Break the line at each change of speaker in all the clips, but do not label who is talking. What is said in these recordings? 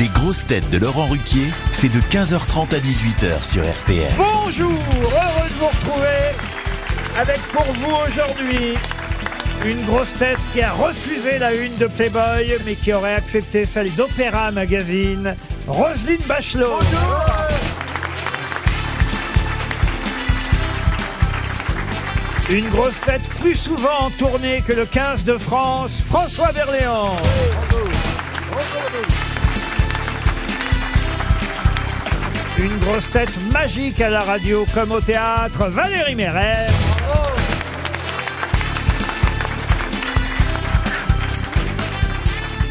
Les grosses têtes de Laurent Ruquier, c'est de 15h30 à 18h sur RTL.
Bonjour, heureux de vous retrouver avec pour vous aujourd'hui une grosse tête qui a refusé la une de Playboy mais qui aurait accepté celle d'Opéra Magazine, Roselyne Bachelot. Une grosse tête plus souvent en tournée que le 15 de France, François Berléand. Une grosse tête magique à la radio comme au théâtre, Valérie Mérès.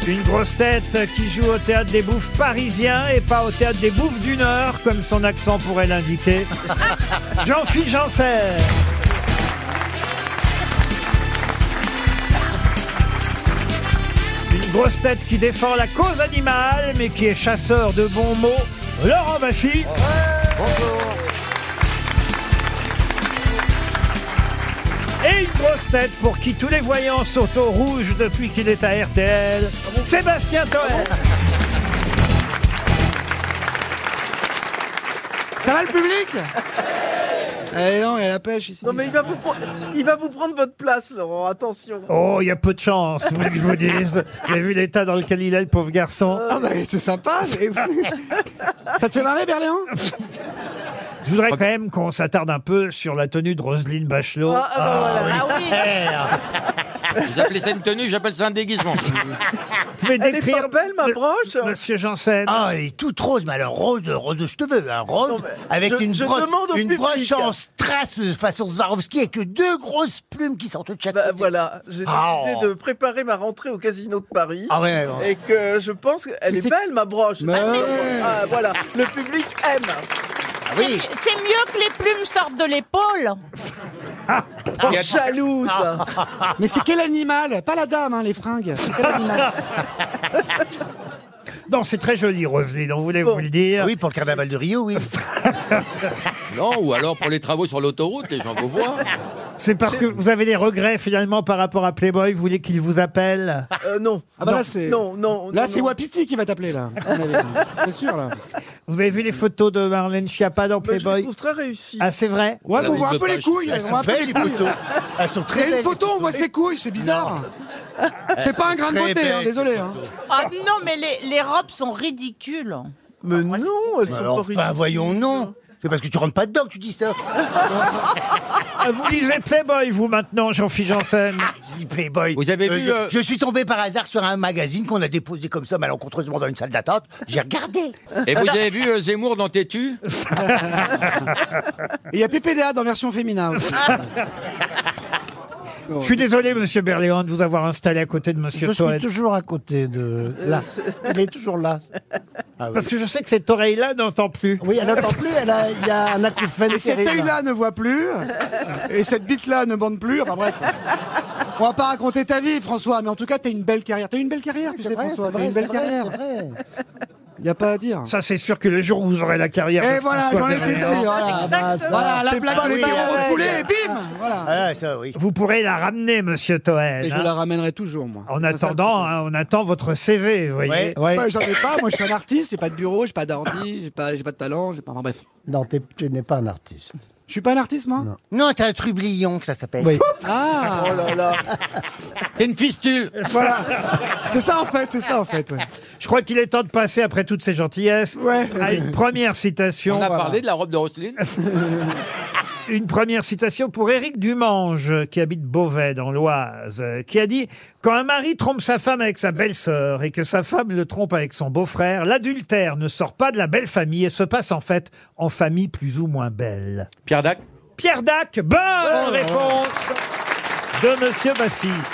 Une grosse tête qui joue au théâtre des bouffes parisiens et pas au théâtre des bouffes du Nord, comme son accent pourrait l'indiquer. Jean-Philippe Janssen. Une grosse tête qui défend la cause animale, mais qui est chasseur de bons mots, Laurent Baffy. Et une grosse tête pour qui tous les voyants sont au rouge depuis qu'il est à RTL, Sébastien Toer.
Ça va le public Eh non, il y a la pêche ici.
Non mais il va vous, pre- il va vous prendre votre place, Laurent. Attention.
Oh, il y a peu de chance, vous voulez que je vous dise. Vous avez vu l'état dans lequel il est, le pauvre garçon.
Ah bah c'est sympa. mais- Ça te fait marrer, Berléand
Je voudrais quand même qu'on s'attarde un peu sur la tenue de Roselyne Bachelot.
Oh,
Ah, ah, bah, voilà.
Vous appelez ça une tenue, j'appelle ça un déguisement.
Vous pouvez
Elle est
décrire
pas belle, ma
le-
broche.
Monsieur Janssen.
Ah, elle est toute rose, mais alors rose, rose de cheveux, hein, rose,
Non, mais
avec
je-
une,
je
broche,
demande au
une
public.
broche en strass euh, façon Swarovski avec deux grosses plumes qui sortent de chaque
Bah,
côté.
voilà. J'ai
Ah,
décidé
oh.
de préparer ma rentrée au casino de Paris.
Ah ouais, ouais.
Et que je pense qu'elle
Mais
est
c'est-
belle, ma broche.
Mais
Ah,
ouais.
ah, voilà. Le public aime.
Ah
C'est
oui.
mi- C'est mieux que les plumes sortent de l'épaule.
Ah.
Oh, Jaloux, ça.
Mais c'est quel animal Pas la dame, hein, les fringues. C'est quel animal
Non, c'est très joli, Roselyne, on voulait
Bon.
vous le dire.
Oui, pour le carnaval de Rio, oui.
Non, ou alors pour les travaux sur l'autoroute, les gens vous voient.
C'est parce que vous avez des regrets, finalement, par rapport à Playboy. Vous voulez qu'il vous appelle
Euh, non.
Ah bah
non.
là, c'est-
Non, non.
Là,
non,
c'est
non.
Wapiti qui va t'appeler, là. à mon avis. C'est sûr, là.
Vous avez vu les photos de Marlène Schiappa dans
Mais je les
Playboy
trouve très réussi.
Ah, c'est vrai
Ouais,
Voilà,
mais on
les
voit un
deux
peu les
pages.
couilles.
Elles
on voit
sont
un peu
belles,
les
les
couilles.
photos. Elles sont
Il y
très
a
belles.
une photo, on voit ses couilles, c'est bizarre. C'est pas un grain de
Très
beauté, hein,
belles.
désolé. hein.
Ah non, mais les, les robes sont ridicules.
Mais non, elles sont
Alors,
pas
enfin,
Bah,
ridicules.
voyons, non. C'est parce que tu rentres pas dedans que tu dis ça.
Ah, Vous lisez Playboy, vous, maintenant, Jean-Philippe Janssen
Je dis Playboy.
Vous avez vu,
je-
euh,
je, suis tombé par hasard sur un magazine qu'on a déposé comme ça, malencontreusement dans une salle d'attente. J'ai regardé.
Et vous avez vu euh, Zemmour dans Tétu
Et il y a PPDA dans version féminin. aussi.
Je suis désolé, monsieur Berléand, de vous avoir installé à côté de monsieur Toen.
toujours à côté de... Là. Elle est toujours là.
Parce que je sais que cette oreille-là n'entend plus.
Oui, elle n'entend plus. Elle a, il y a un acouphène
Et cet Ah, œil-là ne voit plus. Et cette bite-là ne bande plus. Enfin bref. On va pas raconter ta vie, François, mais en tout cas, t'as une belle carrière. T'as eu une belle carrière, tu sais, François. T'as eu une belle carrière. Y a pas à dire.
Ça, c'est sûr que le jour où vous aurez la carrière.
Et
de
voilà,
François
j'en ai
Berléand,
saisi, Voilà, voilà la blague
pas
de les
oui,
barons
ouais,
refoulés, et bim Voilà.
Ah, ça, oui.
vous pourrez la ramener, monsieur Toen.
Et je
hein.
la ramènerai toujours, moi.
En
C'est ça,
attendant, hein, on attend votre CV, vous voyez.
Ouais.
le- Bah, j'en ai pas, moi je suis un artiste, j'ai pas de bureau, j'ai pas d'ordi, j'ai pas, j'ai pas de talent, j'ai pas. Enfin bref.
Non, t'es- tu n'es pas un artiste.
Je suis pas un artiste, moi
Non, t'as un trublion que ça s'appelle.
Oui.
Ah
Oh là là.
T'es une fistule
Voilà C'est ça en fait, c'est ça en fait, ouais.
Je crois qu'il est temps de passer, après toutes ces gentillesses,
Ouais.
à une première citation.
On a parlé de la robe de Roselyne.
Une première citation pour Éric Dumange, qui habite Beauvais, dans l'Oise, euh, qui a dit « Quand un mari trompe sa femme avec sa belle-sœur et que sa femme le trompe avec son beau-frère, l'adultère ne sort pas de la belle famille et se passe en fait en famille plus ou moins belle.
Pierre Dac ».
Pierre Dac, bonne réponse de Monsieur Baffy.